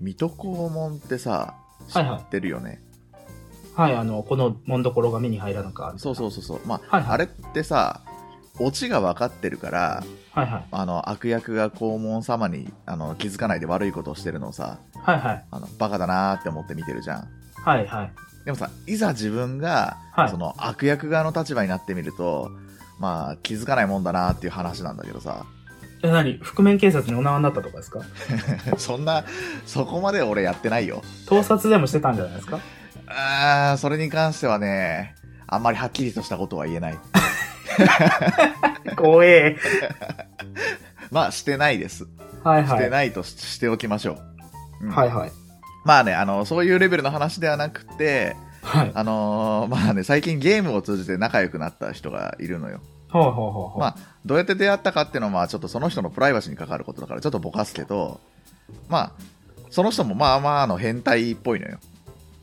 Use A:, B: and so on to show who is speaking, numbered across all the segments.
A: 水戸黄門ってさ、知
B: はいはい
A: ってるよね。
B: はい、あの、このもんどころが目に入らなかった。
A: そうそうそうそう。まあ、
B: はいはい
A: あれってさ、オチが分かってるから、
B: はいはい。
A: あの、悪役が黄門様にあの気づかないで悪いことをしてるのをさ、
B: はいはい。
A: あのバカだなーって思って見てるじゃん。
B: はいはい。
A: でもさ、いざ自分が、
B: はい
A: その悪役側の立場になってみると、まあ、気づかないもんだなーっていう話なんだけどさ、
B: え、なに覆面警察にお縄になったとかですか
A: そんな、そこまで俺やってないよ。
B: 盗撮でもしてたんじゃないですか
A: あー、それに関してはね、あんまりはっきりとしたことは言えない。
B: 怖え。
A: まあ、してないです。
B: はいは
A: して
B: い。
A: ないとし,、ておきましょう。うん
B: はいはい。
A: まあね、あの、そういうレベルの話ではなくて、
B: はい。
A: あのーまあね、最近ゲームを通じて仲良くなった人がいるのよ。
B: ほうほうほうほう。
A: まあ、どうやって出会ったかっていうのは、まあちょっとその人のプライバシーに関わることだから、ちょっとぼかすけど、まあ、その人もまあまあの変態っぽいのよ。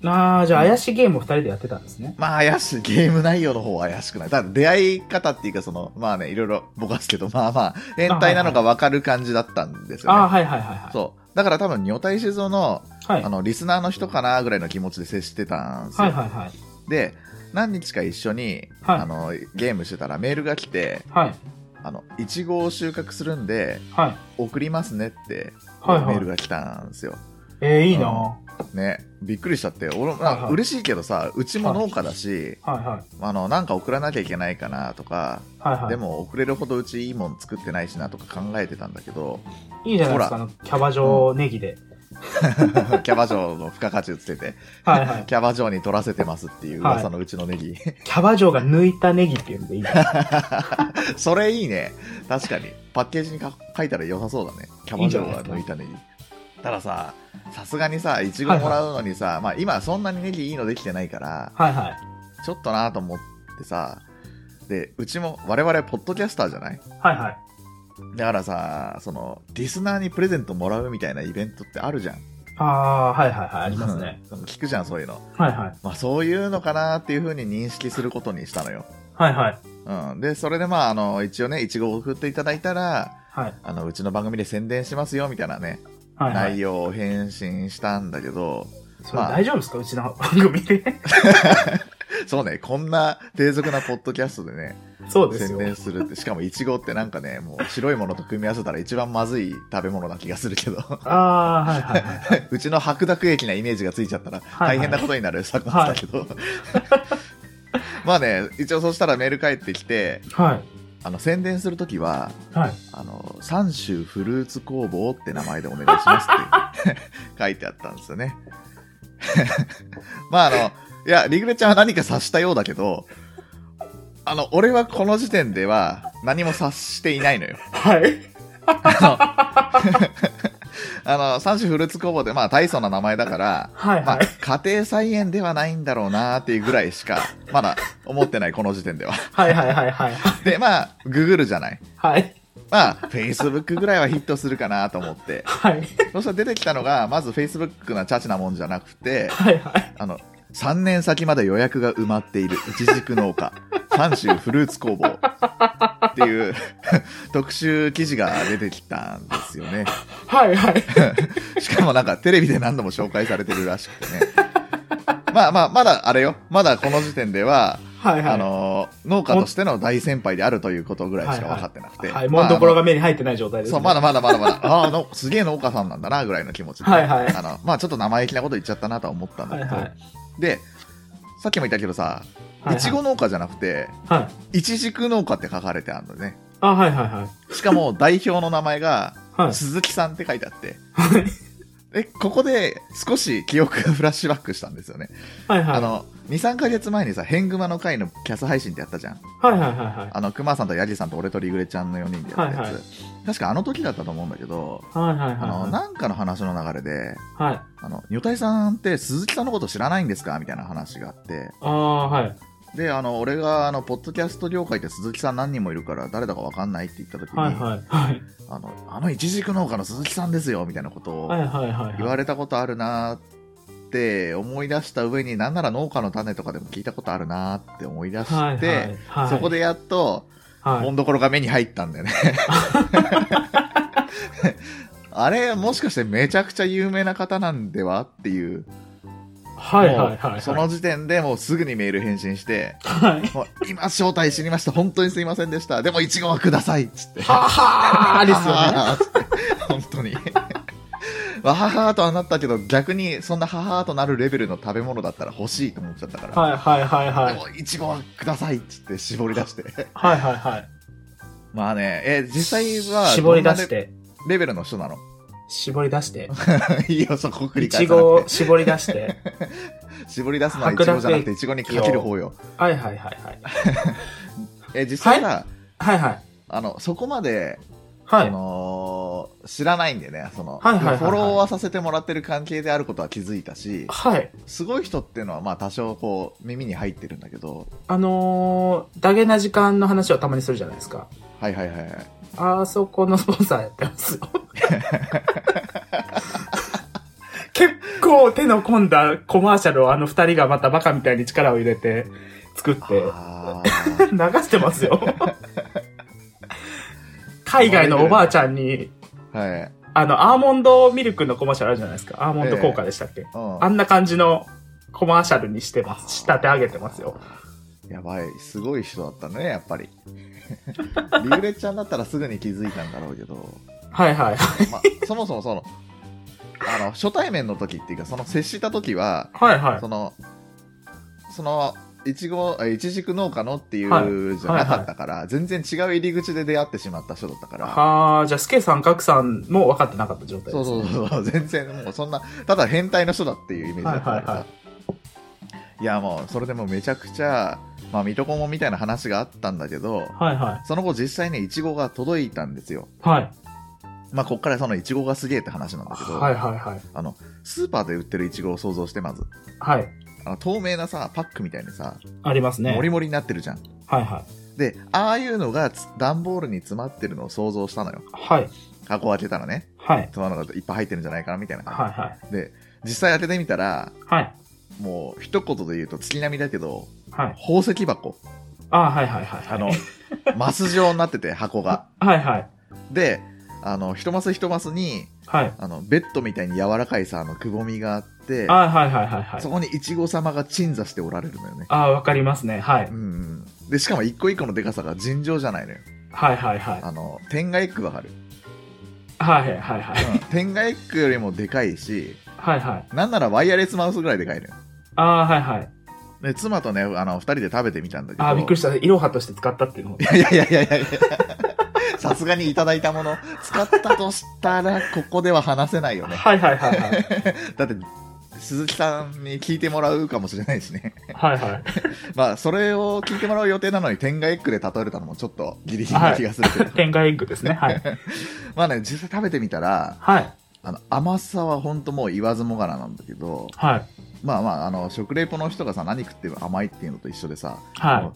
B: あー、じゃあ怪しいゲームを二人でやってたんですね。
A: まあ怪しい、ゲーム内容の方は怪しくない。ただ出会い方っていうか、その、まあね、いろいろぼかすけど、まあまあ、変態なのがわかる感じだったんですよね。
B: あー、はいはいはいはい。
A: そう。だから多分、女体静雄の、
B: はい
A: あ。の、リスナーの人かなぐらいの気持ちで接してたんですよ。
B: はいはいはい。
A: で、何日か一緒に、
B: はい
A: あの、ゲームしてたらメールが来て、
B: はい。
A: あの、いちごを収穫するんで、
B: はい。
A: 送りますねって、
B: はいは
A: メ
B: い
A: ールが来たんですよ。
B: えー、いいなぁ
A: うんね、びっくりしちゃって、俺も、
B: はいはい
A: 嬉しいけどさ、うちも農家だし、
B: はいはい。
A: あの、なんか送らなきゃいけないかなとか、
B: はいはい。
A: でも送れるほどうちいいもん作ってないしなとか考えてたんだけ ど、
B: いいじゃないですか、あの、キャバ嬢ネギで。
A: キャバ嬢の付加価値をつけて、
B: は いはい。
A: キャバ嬢に取らせてますっていう噂のうちのネギ。
B: キャバ嬢が抜いたネギっていうんでいいじゃない
A: それいいね。確かに。パッケージにか書いたら良さそうだね。キャバ嬢が抜いたネギ。たださ、さすがにさ、いちごもらうのにさ、まあ今そんなにネギいいのできてないから、
B: はいはい。
A: ちょっとなと思ってさ、で、うちも我々ポッドキャスターじゃない
B: はいはい。
A: だからさ、その、リスナーにプレゼントもらうみたいなイベントってあるじゃん。
B: ああー、はいはいはい。ありますね。
A: うん。聞くじゃん、そういうの。
B: はいはい。
A: まあそういうのかなっていうふうに認識することにしたのよ。
B: はいはい。
A: うん。で、それでまあ、あの、一応ね、いちごを送っていただいたら、
B: はい。
A: あの、うちの番組で宣伝しますよ、みたいなね、
B: はい、は
A: 内
B: い。
A: 容を返信したんだけど、
B: それ
A: まあ
B: 大丈夫ですかうちの番組で。
A: そうね、こんな低俗なポッドキャストでね、
B: そうです
A: 宣
B: よ。
A: 伝するって、しかもイチゴってなんかね、もう白いものと組み合わせたら一番まずい食べ物な気がするけど、
B: ああー、はいはいはい。
A: うちの白濁液なイメージがついちゃったら
B: はい
A: 大変なことになる作物だけど、 まあね、一応そしたらメール返ってきて、
B: はい。
A: あの、宣伝するときは、
B: はい。
A: あの、三州フルーツ工房って名前でお願いしますって 書いてあったんですよね。 まああの、いや、リグレちゃんは何か察したようだけど、あの、俺はこの時点では何も察していないのよ。
B: はい。
A: あの、三種フルーツ工房ってまあ大層な名前だから、
B: はい
A: まあ
B: はい。、
A: 家庭菜園ではないんだろうなっていうぐらいしか、まだ思ってない、この時点では。
B: はいはいはいはい。
A: で、まあ、ググるじゃない。
B: はい。
A: まあ、Facebook ぐらいはヒットするかなと思って。
B: はい。
A: そしたら出てきたのが、まず Facebook なチャチなもんじゃなくて、
B: はいはい。
A: あの、3年先まで予約が埋まっている、いちじく農家、三州フルーツ工房っていう特集記事が出てきたんですよね。
B: はいはい。
A: しかもなんかテレビで何度も紹介されてるらしくてね。まあまあ、まだあれよ。まだこの時点では、
B: はいはい。
A: あのー農家としての大先輩であるということぐらいしか分かってなくて。
B: はい。
A: ま
B: も
A: あ
B: うどころが目に入ってない状態です、
A: そう、まだ。まだまだま だ、ああの、すげえ農家さんなんだな、ぐらいの気持ちで、
B: はいはい
A: あの、まあちょっと生意気なこと言っちゃったなとは思ったんだ
B: はい
A: け
B: はい。
A: ど、
B: はい
A: で、さっきも言ったけどさ、
B: はい
A: いちご農家じゃなくて、
B: はい。
A: いちじく農家って書かれてあるのね。
B: あ、はいはいはい。
A: しかも代表の名前が、
B: はい。
A: 鈴木さんって書いてあって、
B: はい
A: え、ここで少し記憶がフラッシュバックしたんですよね。
B: はいはい。
A: あの、2、3ヶ月前にさ、変マの会のキャス配信ってやったじゃん。
B: はいはいはいはい。
A: あの、熊さんとヤギさんと俺とリグレちゃんの4人でやったやつ。
B: はいはい
A: 確かあの時だったと思うんだけど、
B: はいはい
A: あの、
B: は
A: なんかの話の流れで、
B: い。はい。
A: あの、女体さんって鈴木さんのこと知らないんですかみたいな話があって、
B: ああ、はい。
A: で、あの、俺が、あの、ポッドキャスト業界って鈴木さん何人もいるから誰だかわかんないって言った時に、
B: はいはいはい。
A: あの、あの一軸農家の鈴木さんですよ、みたいなことを
B: はいはいはい。
A: 言われたことあるなーって思い出した上に、なんなら農家の種とかでも聞いたことあるなーって思い出して、
B: はいはいはい、
A: そこでやっと、
B: はい、
A: もんどころが目に入ったんだよね。あれ、もしかしてめちゃくちゃ有名な方なんではっていう。
B: はいはいは
A: も
B: い、は
A: う
B: い。
A: その時点でもうすぐにメール返信して、
B: はい。
A: もう今招待知りました。本当にすいませんでした。でもイチゴはください。つって。
B: ははーですよね。
A: ははーっつって本当に。わははーとはなったけど、逆にそんなははーとなるレベルの食べ物だったら欲しいと思っちゃったから。
B: はいはいはいは
A: で
B: い。
A: も、いちごはくださいっつって絞り出して。
B: はいはいはい。
A: まあね、え、実際は、
B: 絞り出して、
A: どんなレレベルの人なの
B: 絞り 出して、
A: いいよ、そこ繰
B: い
A: り返
B: ち
A: さな
B: ごを
A: く
B: 絞り出して、
A: て。絞り出すのはいちごじゃなくて、いちごにかける方よ。
B: はいはいはいはい。
A: え、実際は、
B: はいはい。
A: あの、そこまで、
B: は
A: そ
B: い。
A: の、知らないんでね、その、
B: はいはいはいはい
A: フォローはさせてもらってる関係であることは気づいたし、
B: はい。
A: すごい人っていうのは、まあ、多少こう、耳に入ってるんだけど、
B: あのー、ダゲな時間の話をたまにするじゃないですか。
A: はいはいはいはい。
B: あそこのスポンサーやってますよ。 結構手の込んだコマーシャルをあの二人がまたバカみたいに力を入れて作って
A: あ ー
B: 流してますよ。 海外のおばあちゃんに、
A: はい。
B: あの、アーモンドミルクのコマーシャルあるじゃないですか。アーモンド効果でしたっけ、
A: うん
B: あんな感じのコマーシャルにしてます。仕立て上げてますよ。
A: やばい、すごい人だったね、やっぱり。 リグレちゃんだったらすぐに気づいたんだろうけど、
B: はいはい。
A: まあ、そもそもその、あの、初対面の時っていうか、その接した時は、
B: はいはい
A: そ。の、その、いちご、えいちじく農家のってい
B: は
A: うじゃなかったから、全然違う入り口で出会ってしまった人だったから、
B: はあ、じゃあ、スケさん、ガクさんも分かってなかった状態です、
A: そ
B: ね。
A: うそうそうそう、全然もうそんな、ただ変態の人だっていうイメージだったからさ、
B: はいはい
A: いやもう、それでもうめちゃくちゃ、まあ、水戸黄門みたいな話があったんだけど、
B: はいはい。
A: その後実際ね、イチゴが届いたんですよ。
B: はい。
A: まあ、こっからそのイチゴがすげえって話なんだけど、
B: はいはいはい。
A: あの、スーパーで売ってるイチゴを想像して、まず。
B: はい。
A: あの、透明なさ、パックみたいにさ、
B: ありますね。
A: もりもりになってるじゃん。
B: はいはい。
A: で、ああいうのがつ段ボールに詰まってるのを想像したのよ。
B: はい。
A: 箱を開けたらね、
B: はい。
A: そののがいっぱい入ってるんじゃないかなみたいな感
B: はいはい。
A: じ。で、実際開けてみたら、
B: はい。
A: もう一言で言うと月並みだけど、
B: はい。
A: 宝石箱。
B: ああ、はいはいはい。
A: あ の、マス状になってて、箱が。
B: はいはい。
A: で、あの、一マス一マスに、
B: はい。
A: あの、ベッドみたいに柔らかいさ、あの、くぼみがあって、
B: ああ、はいはいはいはい
A: そ。こにイチゴ様が鎮座しておられるのよね。
B: ああ、わかりますね。は
A: う
B: い。
A: んうん。で、しかも一個一個のデカさが尋常じゃないのよ。
B: はいはいはい。
A: あの、天外エッグわかる。
B: はいはいはい。
A: うん、天外エッグよりもでかいし、
B: はいはい。
A: なんならワイヤレスマウスぐらいでかいのよ。
B: ああ、はいはい。
A: で、妻とね、あの、二人で食べてみたんだけど。
B: ああ、びっくりした。イロハとして使ったっていうの。
A: いやいやいやいやいや。さすがにいただいたもの、使ったとしたら、ここでは話せないよね。
B: はいはいはいはい。
A: だって、鈴木さんに聞いてもらうかもしれないしね。
B: はい はい。
A: まあ、それを聞いてもらう予定なのに、天外エッグで例えるたのもちょっとギリギリな気がするけど、
B: 天外エッグですね。はい。
A: まあね、実際食べてみたら、
B: はい。
A: あの甘さは本当もう言わずもがななんだけど、
B: はい。
A: まあまあ、あの食レポの人がさ、何食っても甘いっていうのと一緒でさ、も
B: は
A: う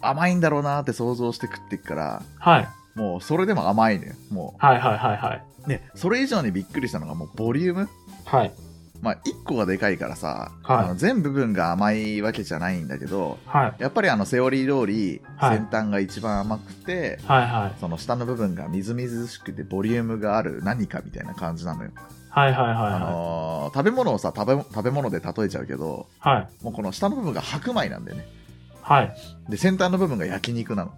A: 甘いんだろうなって想像して食っていくから、
B: い。はい。
A: もうそれでも甘いね。も
B: はいはいはいはい。
A: う、ね、それ以上にびっくりしたのがもうボリューム。
B: はい。
A: まあ、1個がでかいからさ、
B: はい
A: あの全部分が甘いわけじゃないんだけど、
B: はい。
A: やっぱりあのセオリー通り、
B: はい
A: 先端が一番甘くて、
B: はいはい。
A: その下の部分がみずみずしくてボリュームがある何かみたいな感じなのよ。
B: はいはいはい
A: あ
B: は
A: のー食べ物をさ食べ、食べ物で例えちゃうけど、
B: い。はい。
A: もうこの下の部分が白米なんだよね。
B: はい。
A: で、先端の部分が焼肉なの。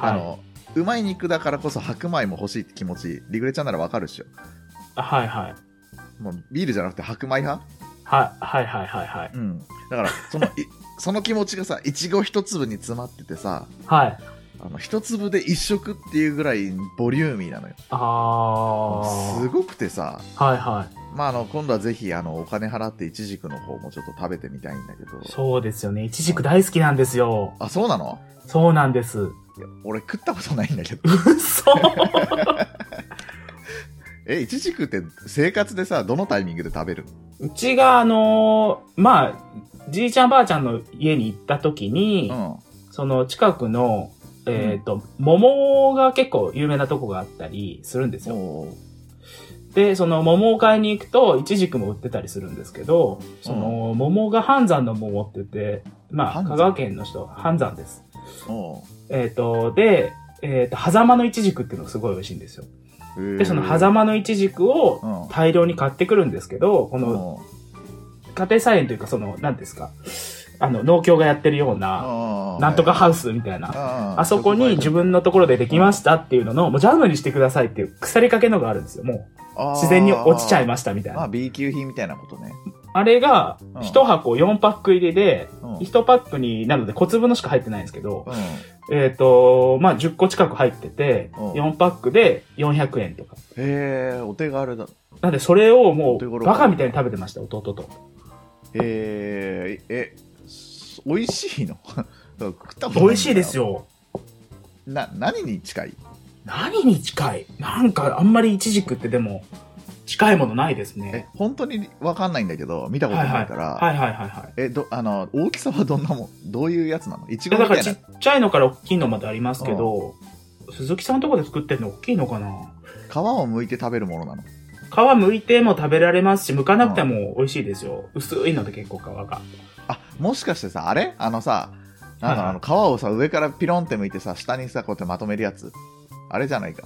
A: あ
B: はい。
A: の、うまい肉だからこそ白米も欲しいって気持ち、リグレちゃんならわかるっしょ。
B: はいはい。
A: もうビールじゃなくて白米派
B: はいはいはいはいはい。
A: うん。だから、その、い その気持ちがさ、いちご一粒に詰まっててさ、
B: はい。
A: あの、一粒で一食っていうぐらいボリューミーなのよ。
B: あ
A: す
B: ー。
A: ごくてさ、
B: はいはい。
A: まあ、あの今度はぜひあのお金払っていちじくの方もちょっと食べてみたいんだけど
B: そうですよね。いちじく大好きなんですよ。
A: あそうなの
B: そうなんです。
A: いや俺食ったことないんだ けど
B: 嘘
A: えいちじくって生活でさどのタイミングで食べる
B: うちが、あのーまあ、じいちゃんばあちゃんの家に行った時に、
A: の
B: その近くの、えっ、と、桃が結構有名なとこがあったりするんです
A: うん
B: よ。
A: おー
B: で、その桃を買いに行くと、いちじくも売ってたりするんですけど、その桃が半山の桃って言って、まあ、
A: 半山
B: 香川県の人、半山です。
A: おー
B: えっ、と、で、えっ、と、狭間のイチジクっていうのがすごい美味しいんですよ。で、
A: で
B: その狭間のイチジクを
A: うん
B: 大量に買ってくるんですけど、この
A: の、
B: 家庭菜園というか、その、何ですか、あの、農協がやってるような、な
A: なん
B: とかハウスみたいな、
A: あ
B: あそこに自分のところでできましたっていうのの、もうジャムにしてくださいっていう腐りかけのがあるんですよ。もう、自然に落ちちゃい
A: ま
B: ましたみたい
A: まあ
B: な。
A: B 級品みたいなことね。
B: あれが
A: う、ん
B: 1箱4パック入りで、
A: うんうん
B: 1パックになので小粒のしか入ってないんですけど、えっ、と、まあ、10個近く入ってて、
A: うん
B: 4パックで400円とか。
A: へえ、お手軽だ。
B: なんで、それをも
A: お手
B: う、
A: 頃
B: バカみたいに食べてました、弟と。
A: へえ、え、す美味しいの 食ったことないんだ
B: 美味しいです。よ。
A: な、何に近い
B: 何に近いなんか、あんまりイチジクってでも、近いものないです
A: え
B: ね。、
A: 本当にわかんないんだけど、見たことないから、
B: はいはいはいはい。
A: え、ど、あの、大きさはどんなもん、どういうやつなのいちご
B: で
A: み
B: だか
A: た
B: ら
A: い
B: ちっ
A: な。
B: ちゃいのから大きいのまでありますけど、鈴木さんのとこで作ってるの大きいのかな
A: 皮を剥いて食べるものなの。
B: 皮剥いても食べられますし、剥かなくても美味しいですよ。薄いので結構皮が。
A: あ、もしかしてさ、あれあのさ、なんだろう、
B: はいはい
A: あの、皮をさ、上からピロンって剥いてさ、下にさ、こうやってまとめるやつ。あれじゃないか。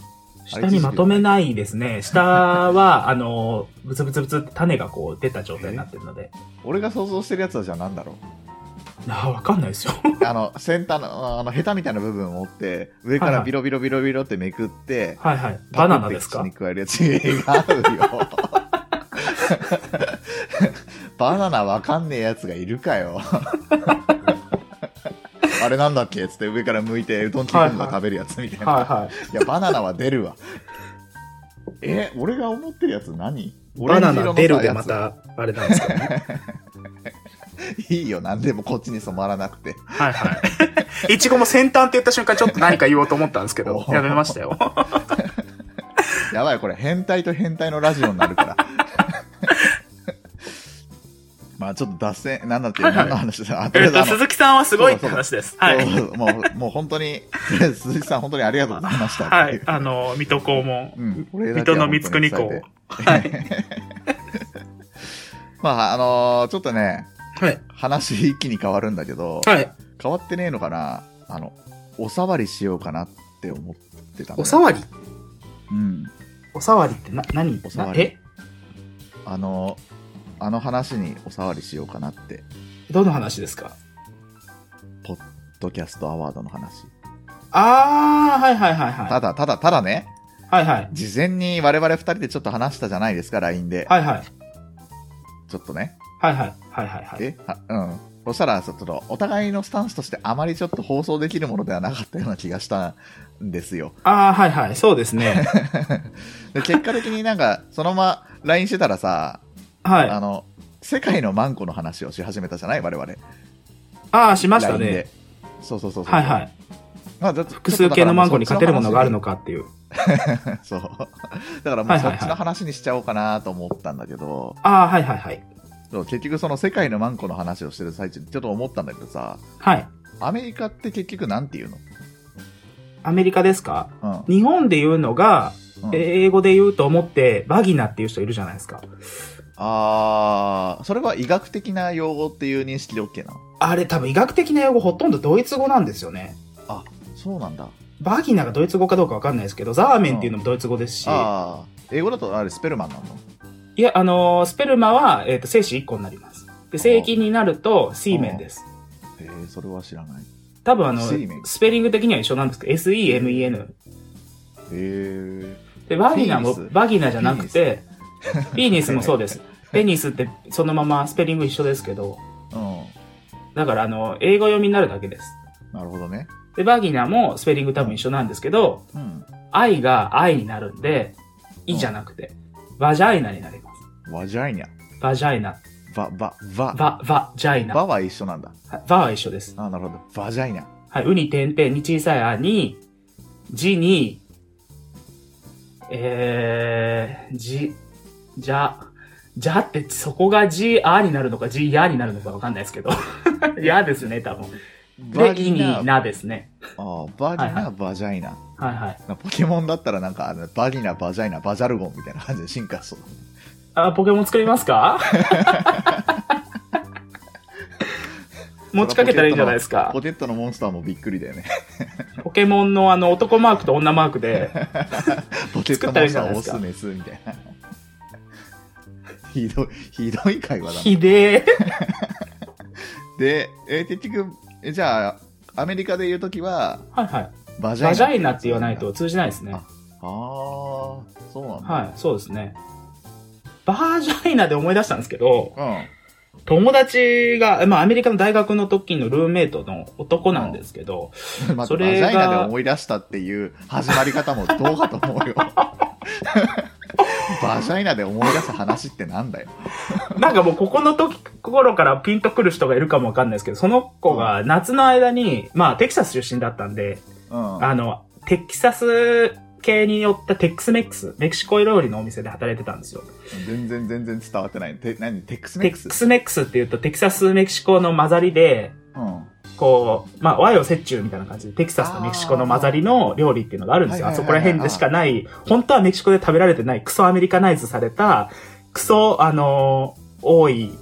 A: あれ
B: 下にまとめないですね。下は、 あの、ブツブツブツって種がこう出た状態になってるので。
A: 俺が想像してるやつはじゃあなんだ ろう。
B: ああ、わかんないですよ。
A: あの、先端の、あの、ヘタみたいな部分を折って、上か
B: はい
A: ら
B: はい
A: ビロビロビロビロってめくって、
B: はいはい。バナナですか
A: パクって口に加えるやつ。違うよ。 バナナわかんねえやつがいるか よ。あれなんだっけつって上から向いてうどん切るのが食べるやつみたいな。
B: はいはい
A: や、バナナは出るわ。え、俺が思ってるやつ何
B: い。バナナ出るでま。
A: オレン
B: た、あれなんですかね。
A: ジ色のさやついいよ、なんでもこっちに染まらなくて。、
B: はいはい。いちごも先端って言った瞬間ちょっと何か言おうと思ったんですけどやめましたよ。
A: やばい、これ変態と変態のラジオになるから。 まあちょっと脱線、なんだっていう、
B: はいはい
A: 何の話だあとりあえ
B: えっ
A: ずあ
B: と、
A: の
B: 鈴木さんはすごいって話です。はい。
A: そうそうもう、もう本当に、とりあえず鈴木さん本当にありがとうございました。
B: はい。あ
A: あの、
B: の、水戸黄門。
A: うん、これ
B: 水
A: だけ
B: 戸
A: は
B: の
A: 本
B: 三つ
A: 当に
B: 国
A: 伝え
B: 公
A: て。。
B: はい。
A: まあ、あのーちょっとね、
B: はい。
A: 話一気に変わるんだけど、
B: はい。
A: 変わってねえのかなあの、おさわりしようかなって思ってたのよ
B: おさわり
A: うん。
B: おさわりってな、何
A: おさわり
B: え
A: あのあの話におさわりしようかなって、
B: どの話ですか
A: ポッドキャストアワードの話。
B: あー、はいはいはいは
A: た
B: い。
A: だ、ただ、ただね、
B: はいはい。
A: 事前に我々二人でちょっと話したじゃないですか、LINE で。
B: はいはい。
A: ちょっとね。
B: はいはい。はいはいはい。
A: えあうん。そしたら、ちょっと、お互いのスタンスとしてあまりちょっと放送できるものではなかったような気がしたんですよ。
B: あー、はいはい。そうですね。
A: で結果的になんか、そのまま LINE してたらさ、
B: はい。
A: あの、世界のマンコの話をし始めたじゃない我々。
B: あー、しました
A: LINE
B: ね
A: で。。そうそうそうそう。
B: はいはい。
A: まあ、だって
B: 複数形のマンコに勝てるものがあるのかっていう。
A: そう。だからもう
B: はいはい
A: そ
B: はい
A: っちの話にしちゃおうかなと思ったんだけど、
B: ああ、はいはいはい。
A: そう結局その世界のマンコの話をしてる最中にちょっと思ったんだけどさ、
B: はい。
A: アメリカって結局なんて言うの
B: アメリカですか
A: うん
B: 日本で言うのが、
A: うん。
B: 英語で言うと思って、バギナっていう人いるじゃないですか。
A: あー、それは医学的な用語っていう認識で OK なの
B: あれ多分医学的な英語ほとんどドイツ語なんですよね。
A: そうなんだ。
B: バギナがドイツ語かどうかわかんないですけど、ザーメンっていうのもドイツ語ですし、
A: あー、英語だとあれスペルマンなの
B: いや、あのースペルマは、えっ、と、精子1個になります。で、精液になると、シーメンです。
A: えー、それは知らない。
B: 多分あの、
A: 水面
B: スペリング的には一緒なんですけど、S-E-M-E-N。
A: えー、
B: で、バギナも
A: ピーニス
B: バギナじゃなくて、ピーニスもそう です。ペニスってそのままスペリング一緒ですけど、
A: う
B: だからあの、英語読みになるだけです。
A: ん。なるほどね。
B: で、バギナもスペリング多分一緒なんですけど、
A: うん。
B: 愛が愛になるんで、いじゃなくて、バジャイナになります。
A: ワジャイニャ。
B: バジャイナ。
A: バ、バ、バ。
B: バ、バ、ジャイナ。
A: バ
B: は
A: は一緒なんだ。
B: いバは一緒です。
A: あー、なるほど。バジャイニャ。
B: はい、ウに点々に小さいアに、ジに、えー、ジ、ジャ、ジャってそこがジアになるのかジヤになるのかわかんないですけど。 ヤですね、多分。
A: バ
B: で、イ
A: ギナ
B: に、ナですね。
A: あーバギ
B: はい
A: ナ、バジャイナ。
B: はいはい。
A: なポケモンだったらなんかあのバギナ、バジャイナ、バジャルゴンみたいな感じで進化しそう。
B: あ、ポケモン作りま すか持ちかけたらいいんじゃないですか。
A: ポケットのモンスターもびっくりだよね。
B: ポケモンのあの男マークと女マー クで、
A: ポケットモンスターオスメスみたいな。 ひどい、ひどい会話だな。
B: ひでえ。
A: で、えー結局、えじゃあ、アメリカで言うときは、
B: はいはい。
A: バジャイナ。
B: バジャイナって言わないと。通じないですね。
A: ああー、そうなんだ。
B: はい、そうですね。バージャイナで思い出したんですけど、
A: うん。
B: 友達が、まあアメリカの大学の時のルーメイトの男なんですけど、
A: まず
B: そ
A: バジ
B: れ
A: ャ
B: が
A: イナで思い出したっていう始まり方もどうかと思 うよ。バジャイナで思い出す話ってなんだよ。
B: なんかもうここの時、頃からピンとくる人がいるかもわかんないですけど、その子が夏の間に、まあテキサス出身だったんで、
A: うん。
B: あの、テキサス系に寄ったテックスメックス、メキシコ料理のお店で働いてたんですよ。
A: 全然全然伝わってない。て何テックスメ
B: テ
A: ック
B: ッ
A: ス
B: クスメックスって言うとテキサスメキシコの混ざりで、
A: うん。は
B: こう、まあ、和洋折衷みたいな感じで、テキサスとメキシコの混ざりの料理っていうのがあるんですよ。
A: あー
B: あそこら辺でしかない、本当はメキシコで食べられてない、クソアメリカナイズされた、クソ、あのー多い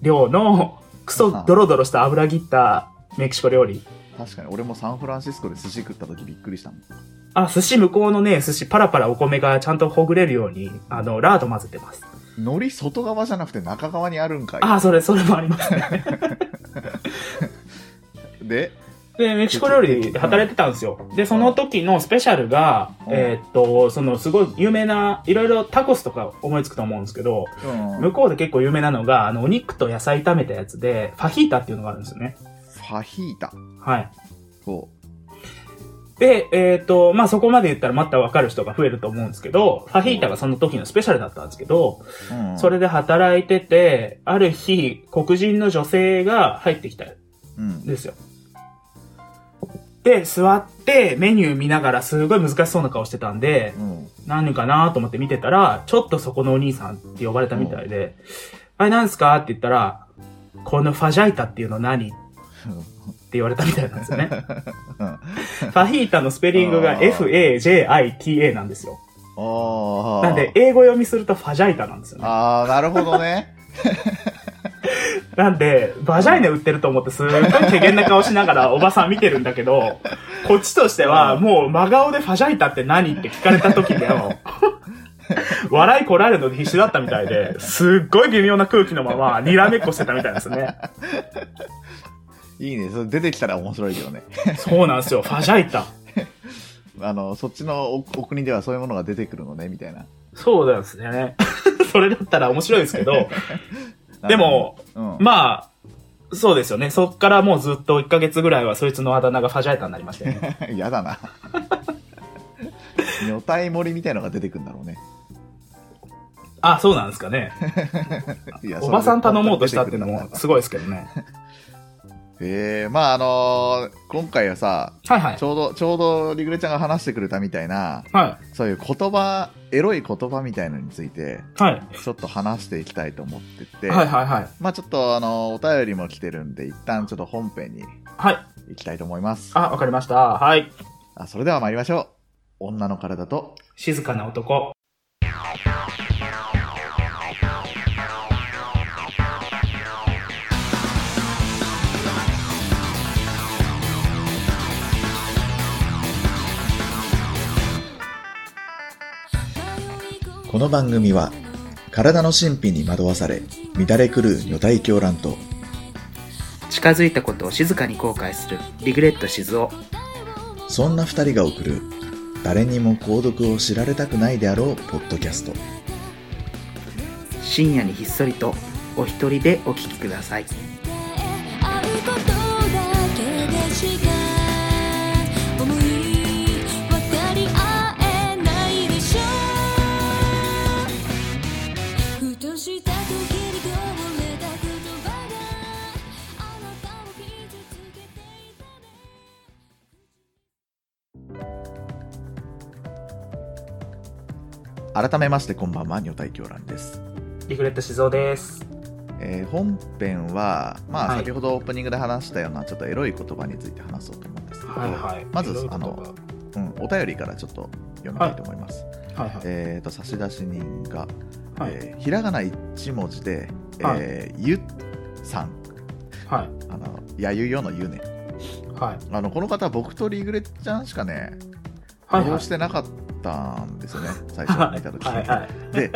B: 量の、クソドロドロした油切ったメキシコ料理。
A: 確かに俺もサンフランシスコで寿司食った時びっくりしたもん。
B: あ、寿司向こうのね、寿司パラパラお米がちゃんとほぐれるように、あの、ラード混ぜてます。
A: 海苔外側じゃなくて中側にあるんか
B: あ、それ、それもありますね。
A: い。で、
B: で、メキシコ料理で働いてたんですよ。で、その時のスペシャルが、
A: うん
B: えーっと、そのすごい有名な、いろいろタコスとか思いつくと思うんですけど、
A: うん
B: 向こうで結構有名なのが、あの、お肉と野菜炒めたやつで、ファヒータっていうのがあるんですよね。
A: ファヒータ。
B: はい。
A: そ
B: で、えーっと、まあ、そこまで言ったらまたわかる人が増えると思うんですけど、ファヒータがその時のスペシャルだったんですけど、
A: う。うん、
B: それで働いてて、ある日、黒人の女性が入ってきた
A: うん。
B: ですよ。で、座ってメニュー見ながらすごい難しそうな顔してたんで、
A: うん。
B: 何かなと思って見てたら、ちょっとそこのお兄さんって呼ばれたみたいで、あれ何すかって言ったら、このファジャイタっていうの何って言われたみたいなんです よね。
A: うん
B: ファヒータのスペリング
A: あ
B: が
A: ー
B: FAJITA なんですよ。
A: ああ。
B: なんで、英語読みするとファジャイタなんですよね。
A: ああ、なるほどね。
B: なんで、バジャイネ売ってると思って、すっごい手厳な顔しながらおばさん見てるんだけど、こっちとしては、もう真顔でファジャイタって何って聞かれた時でも、 笑いこられるので必死だったみたいで、すっごい微妙な空気のまま、にらめっこしてたみたいですね。
A: いいね。それ出てきたら面白いけどね。
B: そうなんですよ、ファジャイタ。
A: あの、そっちのおお国ではそういうものが出てくるのね、みたいな。
B: そうなんですね。 それだったら面白いですけ ど、でも、
A: うん、
B: まあ、そうですよね。そっからもうずっと1ヶ月ぐらいは、そいつのあだ名がファジャイタになりましたよね。
A: やだな。女体盛りみたいのが出てくるんだろうね。
B: あ、そうなんですかね。
A: いや
B: おばさん頼もうとしたっていうのも。すごいですけど ね。
A: ええまああのー今回はさ、
B: はいはい
A: ち。ょうど、ちょうどリグレちゃんが話してくれたみたいな、
B: は
A: そういう言葉、エロい言葉みたいのについて、
B: い。はい。
A: ちょっと話していきたいと思ってて、
B: はいはいはい。
A: まあちょっとあのーお便りも来てるんで、一旦ちょっと本編に
B: はい。
A: 行きたいと思います。
B: あ、わかりました。はい。
A: あそれでは参りましょう。女の体と、
B: 静かな男。
A: この番組は体の神秘に惑わされ乱れ狂う女体狂乱と
B: 近づいたことを静かに後悔する、リグレット静雄。
A: そんな二人が送る誰にも購読を知られたくないであろうポッドキャスト
B: 深夜にひっそりと、お一人でお聞きください。
C: 「会うことだけでしか思い渡り合えないでしょ」「ふとした時にこぼれた言葉があなたを傷つけていたね」
A: 改めましてこんばんは女体狂乱です、
B: リグレット静雄です。
A: えー本編はまあ
B: はい
A: 先ほどオープニングで話したようなちょっとエロい言葉について話そうと思うんですけど、
B: はいはい。
A: まず
B: どういうこ
A: あ
B: と
A: の、うん、お便りからちょっと読みたいと思います、
B: かはいはい。
A: えっ、と差出人が、
B: はい
A: えーひらがな一文字で、えーゆっさん
B: はい。
A: あのやゆよのゆね
B: はい。
A: あのこの方は僕とリグレちゃんしかね
B: はい、
A: 利
B: は
A: 用
B: い
A: してなかったんですよね最初見た時
B: はいはい。
A: で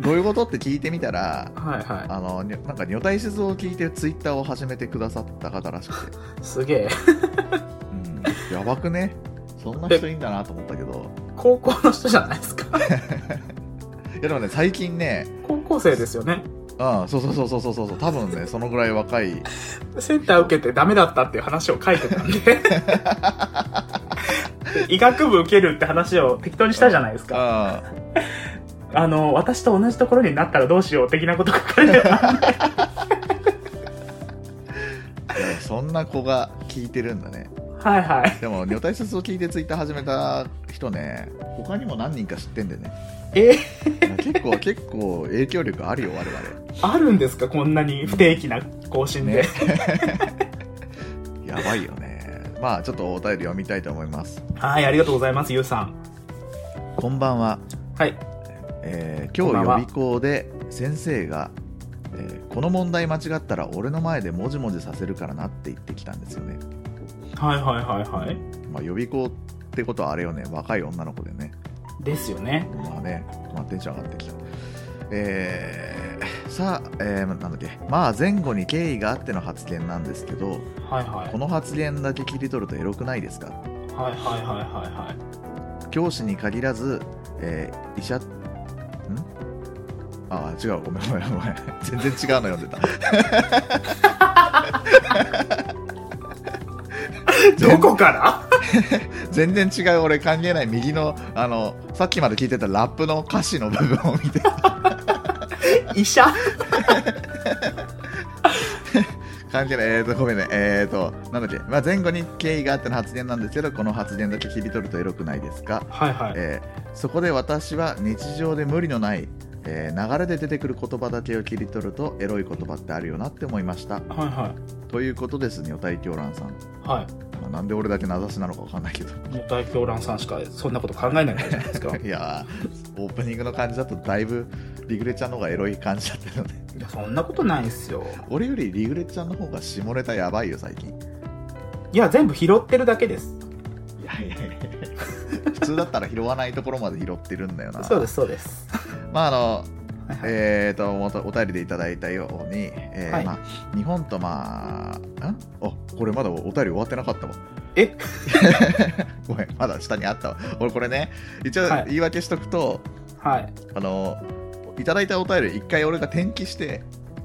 A: どういうことって聞いてみたら
B: はいは
A: あのになんか女体出動を聞いてツイッターを始めてくださった方らしくて、
B: い。すげえ。
A: うん、やばくねそんな人いいんだなと思ったけど
B: 高校の人じゃないで すか。
A: いやでもね最近ね
B: 高校生ですよね。
A: うんそうそうそうそうそうそう多分ねそのぐらい若い
B: センター受けてダメだったっていう話を書いてたん で。医学部受けるって話を適当にしたじゃないですか。
A: あ
B: あの、私と同じところになったらどうしよう的なこと書か れてたんで。
A: そんな子が聞いてるんだね
B: はいはい。
A: でも女体出動を聞いてツイッター始めた人ね他にも何人か知ってんだよね
B: えー
A: 結構結構影響力あるよ我々
B: あるんですかこんなに不定期な更新で。
A: ねやばいよねまあちょっとお便り読みたいと思います
B: はい、ありがとうございます、ゆうさん。
A: こんばんは、
B: はい。
A: えー
B: こ
A: 今
B: んば
A: 日予
B: んは
A: 備校で先生が、えーこの問題間違ったら俺の前でもじもじさせるからなって言ってきたんですよね、
B: はいはいはいはい。
A: まあ、予備校ってことはあれよね若い女の子でね
B: ですよね。
A: まあね、まあ、テンション上がってきた。えーさあ、えーなんだっけ、まあ前後に経緯があっての発言なんですけど、
B: はいはい。
A: この発言だけ切り取るとエロくないですか
B: はいはいはいはいはい。
A: 教師に限らず、えー医者、んああ、違う、ごめんごめんごめん。 全然違うの読んでた。
B: どこから
A: 全然違う、俺関係ない。右の、あの、さっきまで聞いてたラップの歌詞の部分を見て、
B: 医者
A: 関係ない、えーと、ごめんね、えーと、なんだっけ、まあ、前後に経緯があっての発言なんですけど、この発言だけ切り取るとエロくないですか、
B: はいはい。
A: えーそこで私は日常で無理のない、えー流れで出てくる言葉だけを切り取るとエロい言葉ってあるよなって思いました。
B: はいは
A: ということです、女体狂乱さん。
B: い。はい。
A: まあなんで俺だけ名指しなのかわかんないけど。。
B: もう大狂乱さんしかそんなこと考えないからじゃないです か
A: いやー、オープニングの感じだとだいぶリグレちゃんの方がエロい感じだったので、
B: いや、そんなことないっすよ。
A: 俺よりリグレちゃんの方が下ネタやばいよ、最近。
B: いや、全部拾ってるだけです。
A: いやいやいや普通だったら拾わないところまで拾ってるんだよな。
B: そうです、そうです。
A: まああの
B: はいはい
A: えー、とおとお便りでいただいたように、えー
B: はい
A: まあ、日本とまあんあこれまだおお便り終わってなかったわ
B: え
A: ごめんまだ下にあったわ俺これね一応
B: はい
A: 言い訳しとくと、
B: はい。
A: あのいただいたお便り一回俺が転記して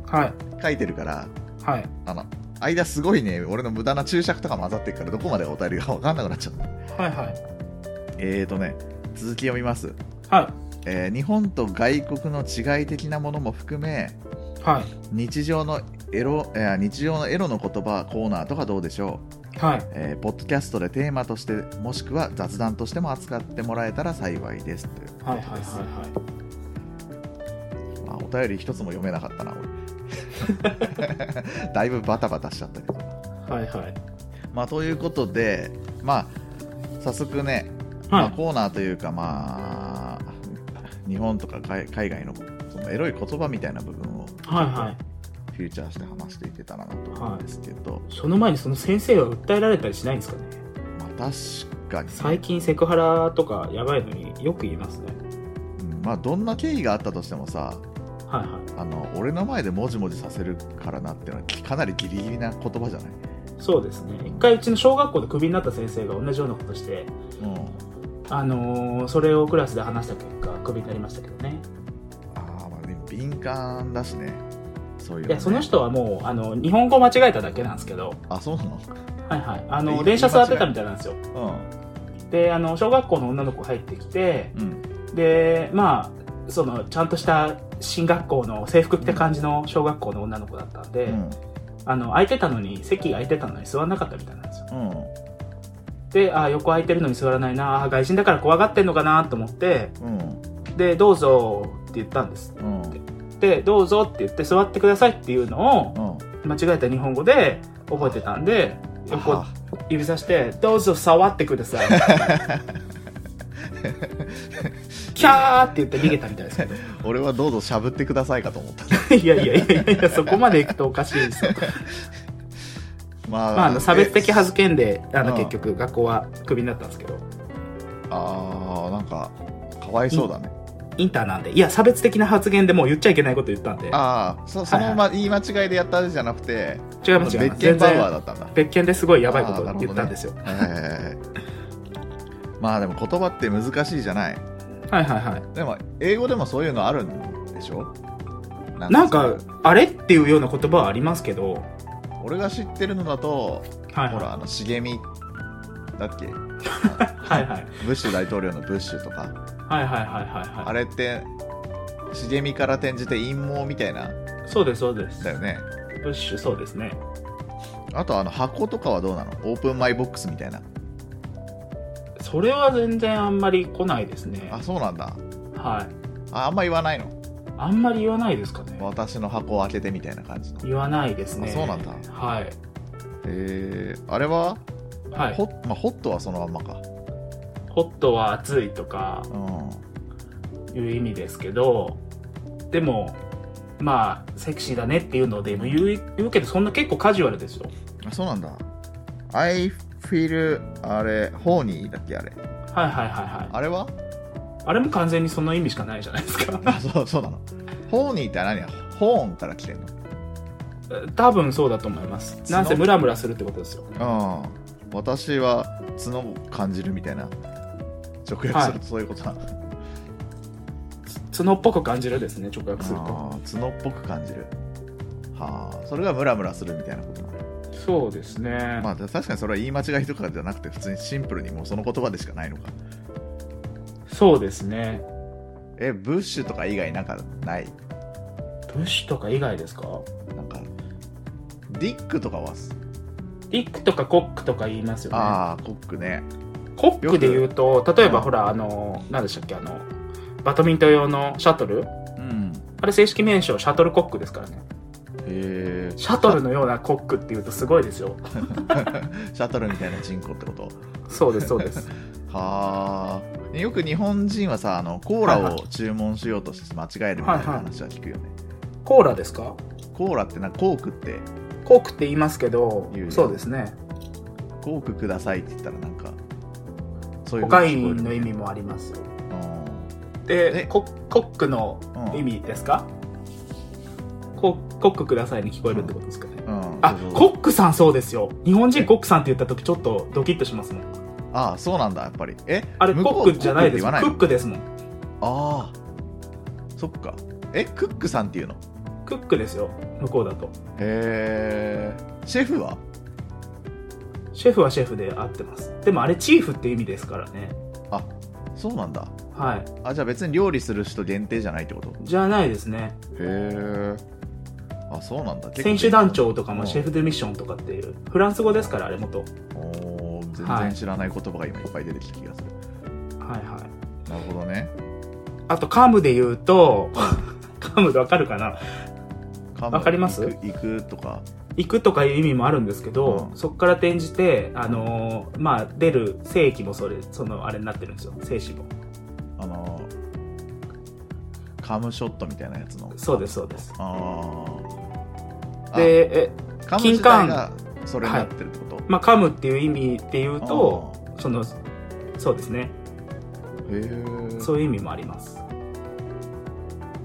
B: はい。
A: 書いてるから
B: はい。
A: あの間すごいね俺の無駄な注釈とか混ざってるからどこまでお便りが分かんなくなっちゃった
B: はいはい。
A: えーとね続き読みます、
B: は
A: えー日本と外国の違い的なものも含め
B: い。はい。
A: 日常のエロ、えー日常のエロの言葉コーナーとかどうでしょう、
B: はい。
A: えーポッドキャストでテーマとしてもしくは雑談としても扱ってもらえたら幸いですという
B: はいはいはいはい。
A: まあ、お便り一つも読めなかったな俺だいぶバタバタしちゃったけど
B: はいはい。
A: まあということでまあ早速ね、まあ、
B: は
A: コーナーというかまあ日本とか海海外のそのエロい言葉みたいな部分を
B: い。はいはい。
A: フューチャーして話していけたらなと思うんですけど、
B: その前にその先生が訴えられたりしないんですかね
A: まあ確かにね
B: 最近セクハラとかやばいのによく言いますね。
A: うんまあどんな経緯があったとしてもさ
B: はいはい。
A: あの俺の前でもじもじさせるからなっていうのはきかなりギリギリな言葉じゃない、
B: そうですね。一回うちの小学校でクビになった先生が同じようなことして、
A: うん、
B: あのーそれをクラスで話した結果、クビになりましたけどね。
A: ああまあでも敏感だしねそういう
B: い
A: ね
B: や、その人はもう、あの、日本語間違えただけなんですけど、
A: あそうなの
B: はいはい。あ
A: 言
B: の、
A: い
B: 電車座ってたみたいなんですよ。
A: う
B: で、あの、小学校の女の子入ってきて、
A: んうん
B: で、まあ、その、ちゃんとした進学校の制服って感じの小学校の女の子だったんで、
A: うん
B: あの、空いてたのに、席空いてたのに座んなかったみたいなんですよ。
A: うん
B: で、あー横空いてるのに座らないな、あー外人だから怖がってんのかなと思って、
A: うん
B: で、どうぞって言ったんです。
A: うん
B: で、どうぞって言って座ってくださいっていうのを
A: う、ん
B: 間違えた日本語で覚えてたんで、横
A: あ
B: 指さして、どうぞ触ってください。 キャーって言って逃げたみたいですけど。
A: 俺はどうぞしゃぶってくださいかと思った
B: いやいやいやいや、そこまで行くとおかしいですよ。
A: ま
B: まあ、あの差別的
A: は
B: はずけんで、あ
A: う
B: の、
A: ん
B: 結局、学校はクビになったんですけど、
A: ああなんかかわいそうだね
B: インターなんで、いや、差別的な発言でもう言っちゃいけないこと言ったんで、
A: ああそそのま言い間違いでやったじゃなくて
B: 違います、違い
A: 別
B: ます。
A: 件
B: 全
A: バウアー
B: 然、
A: だったんだ
B: 別件ですごいやばいこ
A: あーな
B: と
A: るほどね
B: 言ったんですよ。
A: ええまあでも言葉って難しいじゃない
B: はいはいはい。
A: でも英語でもそういうのあるんでしょ
B: なんか、あれっていうような言葉はありますけど、はい
A: 俺が知ってるのだと、
B: はい。
A: ほらあの茂みだっけ
B: はいはい。
A: ブッシュ大統領のブッシュとか
B: はいはいはいは
A: あ
B: いは。
A: れって茂みから転じて陰謀みたいない
B: そうですそうです。
A: だよね
B: プッシュそうですね。
A: あとあの箱とかはどうなのオープンマイボックスみたいな
B: それは全然あんまり来ないですね。
A: あそうなんだ
B: はい。
A: ああんま言わないの
B: あんまり言わないですかね。
A: 私の箱を開けてみたいな感じの
B: 言わないですね。
A: あそうなんだ
B: はい。
A: えー、あれは、
B: はい。
A: ホッまあ、ホットはそのまんまか
B: ホットは熱いとか
A: うん
B: いう意味ですけど、でも、まあ、セクシーだねっていうのでも言う言うけど、そんな結構カジュアルですよ。
A: あそうなんだ I feel あれホーニーだっけあれ
B: はいはいはいはい。
A: あれ は
B: あれも完全にその意味しかないじゃないですか。
A: あそうそうなのホーニーって何やホーンから来てんの
B: 多分そうだと思います。なんせムラムラするってことですよ。
A: うん私は角を感じるみたいな直訳するとそういうことなの、
B: 角っぽく感じるですね、直訳すると。
A: あー角っぽく感じるはあそれがムラムラするみたいなことなの
B: そうですね。
A: まあ確かにそれは言い間違いとかじゃなくて普通にシンプルにもうその言葉でしかないのか
B: そうですね。
A: えブッシュとか以外なんかない
B: ブッシュとか以外ですか
A: なんかディックとかは
B: リックとかコックとか言いますよね。
A: ああコックね
B: コックで言うと、例えば
A: うん
B: ほら、あの、何でしたっけ、あの、バドミントン用のシャトル
A: うん
B: あれ正式名称、シャトルコックですからね。
A: へえ
B: シャトルのようなコックって言うとすごいですよ。
A: シャトルみたいな人口ってこと
B: そうです、そうです。
A: はあよく日本人はさあのコーラを注文しようとして間違えるみたいな話は聞くよね、
B: コーラですか
A: コーラってなんかコークって
B: コークって言いますけど
A: 言う、よ
B: そうですね。
A: コークくださいって言ったらなんかそうい
B: コ
A: う風
B: カ
A: に
B: イ
A: 聞こえる
B: ンの意味もあります。
A: え
B: で、ココックの
A: うん
B: 意味ですか、ココックくださいに聞こえるってことですかね。
A: うん、うん
B: あ
A: そうそう、そう
B: コックさんそうですよ。日本人コックさんって言った時ちょっとドキッとしますもん。
A: あそうなんだやっぱりえ
B: あれ
A: 向こう
B: コックじゃないです。
A: コ
B: ク
A: ックって言わない
B: ッ
A: の
B: クですもん。
A: ああそっかえクックさんっていうの
B: クックですよ。向こうだと。
A: へえシェフは
B: シェフはシェフで合ってます。でもあれチーフって意味ですからね。
A: あそうなんだ
B: はい。
A: あじゃあ別に料理する人限定じゃないってこと
B: じゃないですね。
A: へえあそうなんだ
B: 選手団長とか
A: う
B: も
A: ん
B: シェフデミッションとかっていう。フランス語ですから、あれ元。はい
A: おー全
B: は
A: 然
B: い
A: 知らない言葉が今いっぱい出てきた気がする、
B: はい。
A: なるほどね
B: あとカムで言うと、 カムでわかるかな
A: カム
B: わかります
A: 行く行くとか
B: 行くとかいう意味もあるんですけど、
A: うん
B: そこから転じて、あのーまあ、出る精液もそれ、そのあれになってるんですよ。精子も。
A: あのーカムショットみたいなやつの
B: そうです、そうです。
A: あーあ
B: で、え、
A: カム
B: 金
A: 自体がそれになってるってこと、
B: まあ、噛むっていう意味で言うと、その、そうですね。
A: あーへえ
B: そういう意味もあります。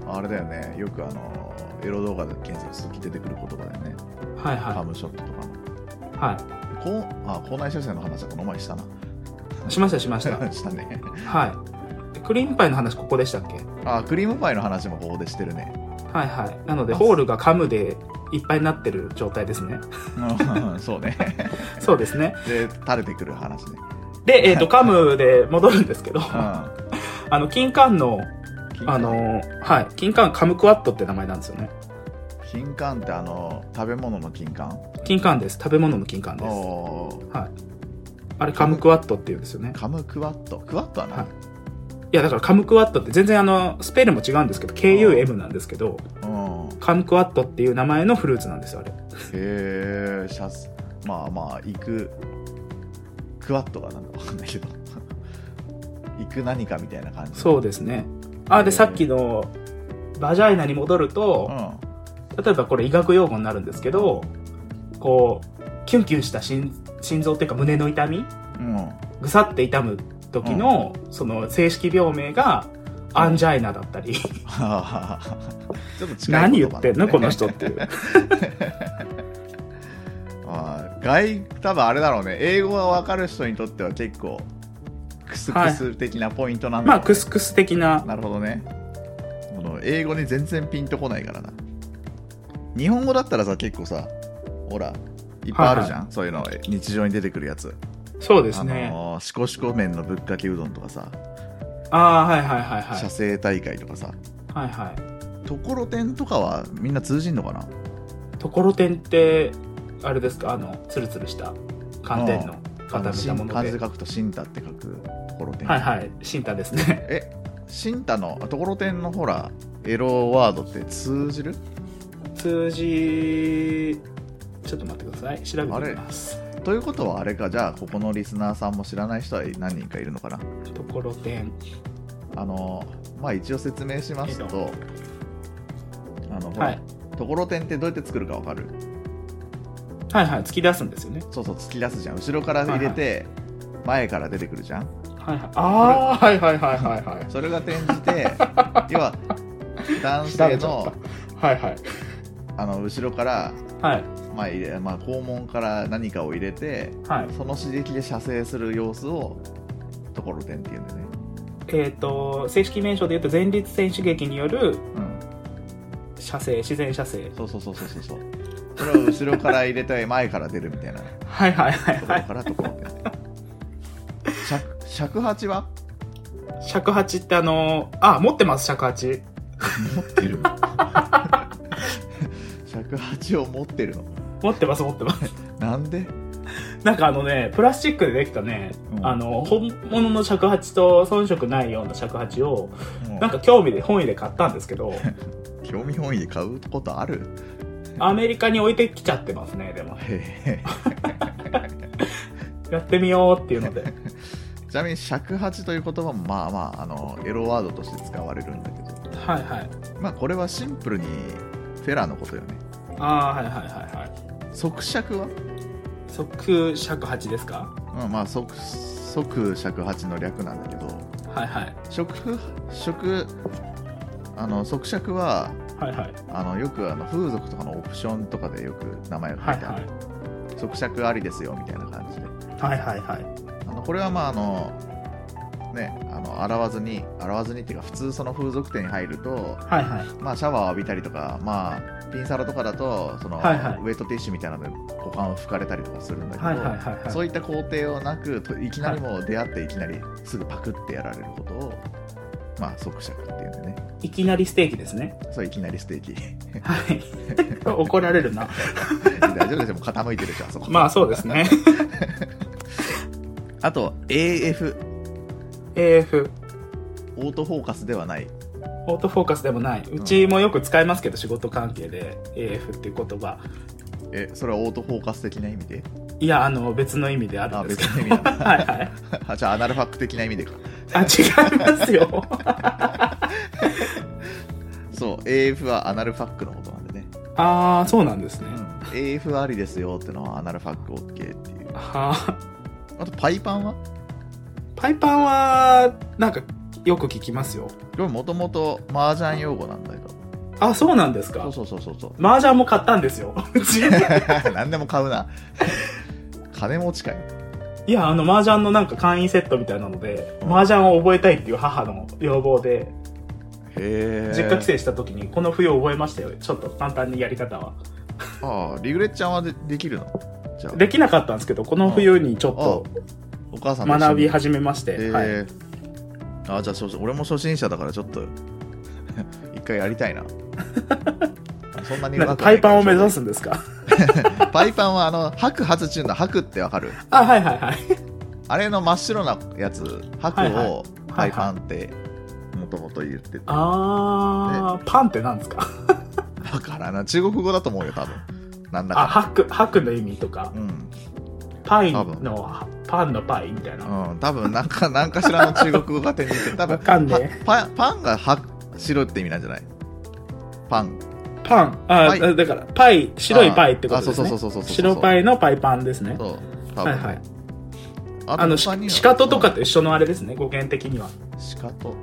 A: あれだよねよくあのエロ動画で検索すると出てくる言葉だよね、
B: はい
A: カ
B: は
A: ムショットとかの
B: い。は
A: こうあ校内写真の話はこの前したな
B: い。しました、し ました。
A: したね
B: はい。でクリームパイの話ここでしたっけ
A: あクリームパイの話もここでしてるね
B: はいはい。なので、ホールが噛むでいっぱいになってる状態ですね。
A: うんそうね
B: そうですね。
A: で垂れてくる話ね
B: で、えっ、と、噛むで戻るんですけど、
A: う
B: あ
A: ん
B: の、金管の
A: 金
B: あのーはい。金柑カムクワットって名前なんですよね。
A: 金柑ってあの食べ物の金柑
B: 金柑です。食べ物の金柑です。は
A: おー
B: い。あれカムクワットって言うんですよね。
A: カムクワットクワットはな、
B: はいいや、だからカムクワットって全然あの、スペルも違うんですけど、KUM なんですけど、
A: うん
B: カムクワットっていう名前のフルーツなんですよ、あれ。
A: へえシャスまあまあ行くクワットがなんかわかんないけど 行く何かみたいな感じ
B: そうですね。あ、
A: へー
B: で、さっきのバジャイナに戻る
A: う
B: と、
A: ん
B: 例えばこれ医学用語になるんですけど、こう、キュンキュンした心心臓っていうか胸の痛み
A: うん。
B: ぐさって痛む時の、その正式病名がアンジャイナだったり、
A: ちょっと近い
B: 何言
A: 言葉だね
B: ってんのこの人っていう
A: あー外多分あれだろうね英語が分かる人にとっては結構クスクス的なポイントなんだ、
B: まあクスクス的な
A: なるほどねこの英語に全然ピンとこないからな日本語だったらさ結構さほらいっぱいあるじゃん、そういうの日常に出てくるやつ、
B: そうです
A: あ
B: ね
A: のーしこしこ麺のぶっかけうどんとかさ、
B: ああーはいはいはいは
A: 写生
B: い
A: 大会とかさ
B: はいはい
A: ところてんとかはみんな通じんのかな
B: ところてんってあれですかあのツルツルした寒天の固めたもの
A: 漢字
B: で
A: で書くと「しんた」って書くところてん、
B: はいはいシンタですね
A: えシンタのところてんのほらエロワードって通じる
B: 数字ちょっと待ってください調べてみます
A: ということはあれかじゃあここのリスナーさんも知らない人は何人かいるのかな
B: ところてん
A: あのまあ一応説明しますとあのほら、
B: はい
A: ところてんってどうやって作るかわかる
B: はいはい突き出すんですよね
A: そうそう突き出すじゃん後ろから入れて前から出てくるじゃん
B: はいはいああーはいはいはいはいはい
A: それが転じ て要は男
B: 調べ
A: 性
B: ちゃっ
A: の
B: たはいはい
A: あの後ろから、
B: はい
A: まあ入れまあ、肛門から何かを入れて
B: はい
A: その刺激で射精する様子をところてんっていうんだよね、
B: えっ、と正式名称で言うと前立腺刺激によ
A: う
B: る
A: ん、
B: 射精自然射精
A: そうそうそうそうそうそうそれを後ろから入れて前から出るみたいなと
B: はいはいはい
A: こ
B: は
A: ろ
B: い
A: からところてん尺尺八は
B: 尺八ってあのあ持ってます尺八
A: 持ってる 尺八を持ってるの
B: 持ってます持ってます
A: なんで
B: なんかあのねプラスチックでできたね、
A: うん
B: あの本物の尺八と遜色ないような尺八を
A: もう
B: なんか興味で本意で買ったんですけ ど
A: 興味本位で買うことある
B: アメリカに置いてきちゃってますねでも
A: へえ
B: やってみようっていうので
A: ちなみに尺八という言葉もまあまああのエロワードとして使われるんだけど
B: はいはい
A: まあこれはシンプルにフェラーのことよね
B: ああはいはいはいはい
A: 即尺は、
B: 即尺八ですか
A: うん、まあ即即尺八の略なんだけど
B: はいはい
A: 食食あの即尺は
B: はいはい
A: あのよくあの風俗とかのオプションとかでよく名前を書いて
B: は
A: あ
B: い
A: る、
B: はい
A: 即尺ありですよみたいな感じで
B: はいはいはい
A: あのこれはまああのねあの洗わずに洗わずにっていうか普通その風俗店に入ると
B: はいはい
A: まあシャワーを浴びたりとかまあピンサロとかだとその、
B: はいはい
A: ウェットティッシュみたいなので股間を拭かれたりとかするんだけど、
B: はいはいはいはい
A: そういった工程をなくといきなりもう出会っていきなりすぐパクってやられることを、まあ即尺っていうんでね
B: いきなりステーキですね。
A: そういきなりステーキ
B: はい 怒られるな。
A: 大丈夫ですよもう傾いてるじゃんそこ
B: まあそうです ね。
A: あと AF
B: AF、
A: オートフォーカスではない
B: オートフォーカスでもない。うちもよく使いますけど、仕事関係で AF っていう言葉。
A: えそれはオートフォーカス的な意味で
B: いや、あの、別の意味である
A: あ
B: んです
A: 別
B: けど。
A: の意味なんだ
B: はいはい。
A: あじゃあアナルファック的な意味でか
B: あ、違いますよ。
A: そう AF はアナルファックのことなんでね、
B: ああ、そうなんですね
A: う。ん、AF ありですよってのはアナルファック OK っていう
B: はあ。
A: あとパイパンは
B: パイパンは、なんか、よく聞きますよ。
A: これもともと麻雀用語なんだけど
B: あ、そうなんですか。
A: そうそうそうそう
B: 麻雀も買ったんですよ。 うち。
A: そう何でも買うな 金持ちかよ
B: いや、あの、麻雀のなんか会員セットみたいなので、麻雀を覚えたいっていう母の要望で、
A: へえ
B: 実家帰省した時に、この冬覚えましたよ。ちょっと簡単にやり方は。
A: ああリグレッちゃんはでできるのじゃあ
B: できなかったんですけど、この冬にちょっ
A: あ
B: と
A: お母さんと一緒に
B: 学び始めまして、
A: え
B: はい。
A: ーあじゃあ初俺も初心者だからちょっと 一回やりたいな そんなに
B: なんかパイパンを目指
A: す
B: すんですか
A: パイパンはあの白発中の白ってわかる
B: あ、はいはいはい。
A: あれの真っ白なやつ白を
B: は
A: パ
B: いはい
A: イパンってもともと言っててわ
B: あー、パンってなんですか
A: からんな中国語だと思うよ多分なんだ
B: あ、
A: か
B: ハック、ハックの意味とか
A: う、ん、
B: パイ
A: 多分
B: の、パンのパイみたいな。
A: うん、多分なんかなんかしらの中国語が手に入ってる多分
B: わかんね
A: はパンパンが白白って意味なんじゃないパン
B: パン。あ、
A: パイ
B: だから、パイ、白いパイってことですね。
A: あそうそうそうそうそうそうそう
B: 白パイのパイパンですね。
A: そう多分
B: はいはい。
A: あ
B: あの、し
A: 他には
B: シカトとかと一緒のあれですね、語源的には。
A: シカト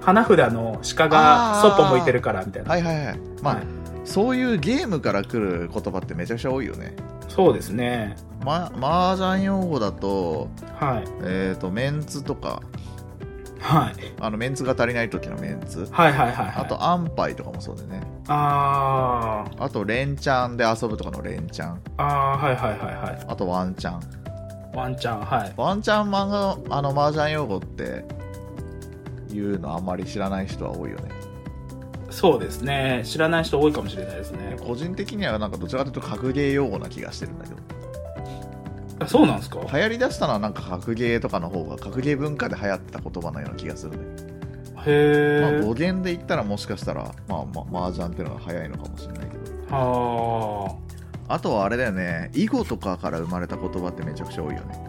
B: 花札の鹿
A: あ
B: が
A: ー
B: 外向いてるから、みたいな。
A: はいはいはいまあ、
B: はい
A: そういうゲームから来る言葉ってめちゃくちゃ多いよね
B: そうですね。
A: ま麻雀用語だと
B: はい。
A: えっ、とメンツとか
B: はい。
A: あのメンツが足りない時のメンツ
B: はいはいはい、はい。
A: あと、安牌とかもそうだよね
B: あー、
A: あと連チャンで遊ぶとかの連チャン
B: あー、はいはいはいは
A: あとワンチャン
B: い。ワンチャン、はい。
A: ワンチャン漫画のあの麻雀用語っていうのあんまり知らない人は多いよね
B: そうですね。知らない人多いかもしれないですね。
A: 個人的にはなんかどちらかというと格ゲー用語な気がしてるんだけど
B: あそうなんですか
A: 流行りだしたのはなんか格ゲーとかの方が格ゲー文化で流行ってた言葉のような気がするね、
B: へえ。
A: まあ語源で言ったらもしかしたらまあまあ麻雀っていうのが早いのかもしれないけど
B: はあ。
A: あとはあれだよね囲碁とかから生まれた言葉ってめちゃくちゃ多いよね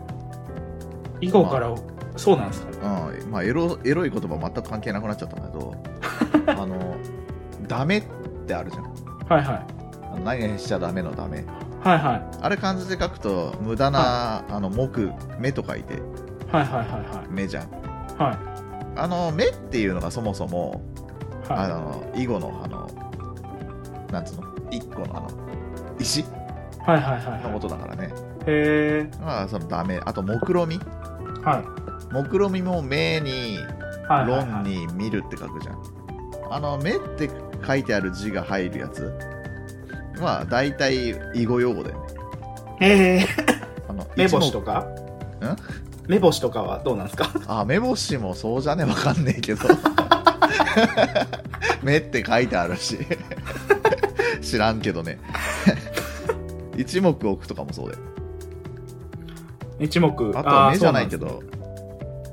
B: 以後から、そうなんですか
A: うんまあエロエロい言葉全く関係なくなっちゃったんだけどあのダメってあるじゃん
B: はいはい。
A: あの何々しちゃダメのダメ
B: はいはい。
A: あれ漢字で書くと無駄な、あの目目と書いて
B: はいはいはい
A: 目じゃん
B: はい。はい。
A: あの目っていうのがそもそもあ
B: は
A: の囲碁のあのなんつうの一個のあの石
B: いはいはい
A: の
B: は
A: ことだからね、
B: い。へえ。
A: まあそのダメあと目論み
B: は
A: 目論みも目に
B: い。はい。はい
A: 論。に見るって書くじゃんあの目って書いてある字が入るやつまあ大体囲碁用語だよね
B: ええ。
A: あの
B: 目星
A: 一
B: と
A: 目
B: か目星とかはどうなんですか
A: あ目星もそうじゃねわかんねえ けど目って書いてあるし知らんけどね一目置くとかもそうだよ
B: 一目。
A: あとは目じゃないけ
B: ど
A: ど、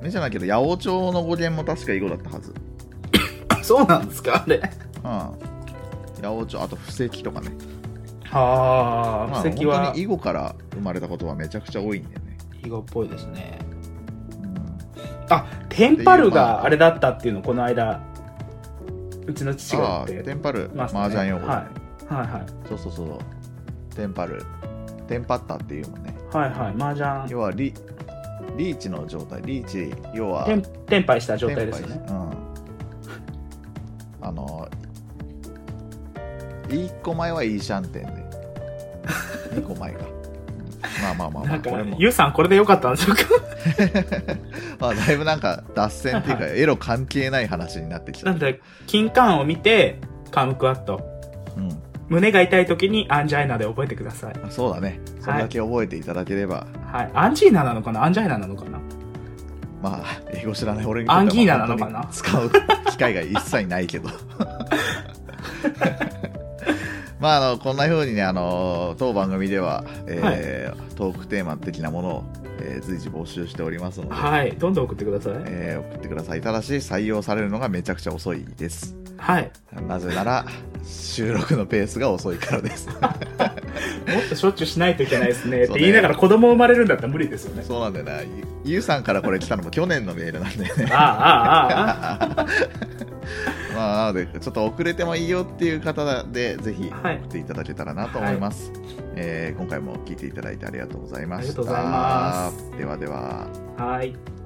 A: 目じゃないけど、八百長の語源も確か囲碁だったはず。
B: そうなんですかあれ。
A: うん。八百長、あと布石とかね。
B: は
A: ま
B: あ、
A: あ、
B: 布石
A: 本
B: は
A: 当に囲碁から生まれたことはめちゃくちゃ多いんだよね。
B: 囲碁っぽいですね。
A: うん
B: あ、テンパルがあれだったっていうの、この間、うちの父
A: あ
B: が
A: あ、
B: 言って
A: テンパル、
B: ま
A: 麻
B: すね
A: 雀用語だね、
B: はいはい。
A: そうそうそう。テンパル、テンパったっていうもんね。
B: はいはい。麻雀、
A: 要はリ、リーチの状態。リーチ、要は、
B: テン、テンパイした状態ですよ
A: テン
B: ね。
A: パイうん。あの、いい個前はいいシャンテンで。いい個前か。まあまあまあま
B: な
A: あ、
B: ん
A: こ
B: か
A: れ、も。
B: ゆうさんこれでよかったんでしょうか
A: まあ、だいぶなんか脱線っていうか、エロ関係ない話になってきちゃ
B: な
A: っ
B: ん
A: た。
B: で、金管を見て、カムクワット。
A: うん。
B: 胸が痛い時にアンジャイナで覚えてください。
A: そうだね。それだけ覚えていただければ、
B: はい。アンジーナなのかなアンジャイナなのかな
A: まあ、英語知らない俺にとっては
B: アンギーナなのかな
A: まあ本当に使う機会が一切ないけど。 まあ、あの、こんな風にね、あの、当番組では、えートークテーマ的なものを、えー随時募集しておりますので、
B: はい。どんどん送ってください。
A: えー送ってください。ただし、採用されるのがめちゃくちゃ遅いです。
B: はい。
A: なぜなら、収録のペースが遅いから です。
B: もっとしょっちゅうしないといけないですね。っ
A: そ
B: て
A: うね
B: 言いながら子供生まれるんだったら無理ですよね。
A: そうなんだよな。ゆゆうさんからこれ来たのも去年のメールなんだよね。
B: ああ、ああ、ああ。
A: まあ、なので、ちょっと遅れてもいいよっていう方で、ぜひ送
B: はい
A: っていただけたらなと思います。えー今回も聞いていただいてありがとうございました。。
B: ありがとうございます
A: ではでは。
B: はい。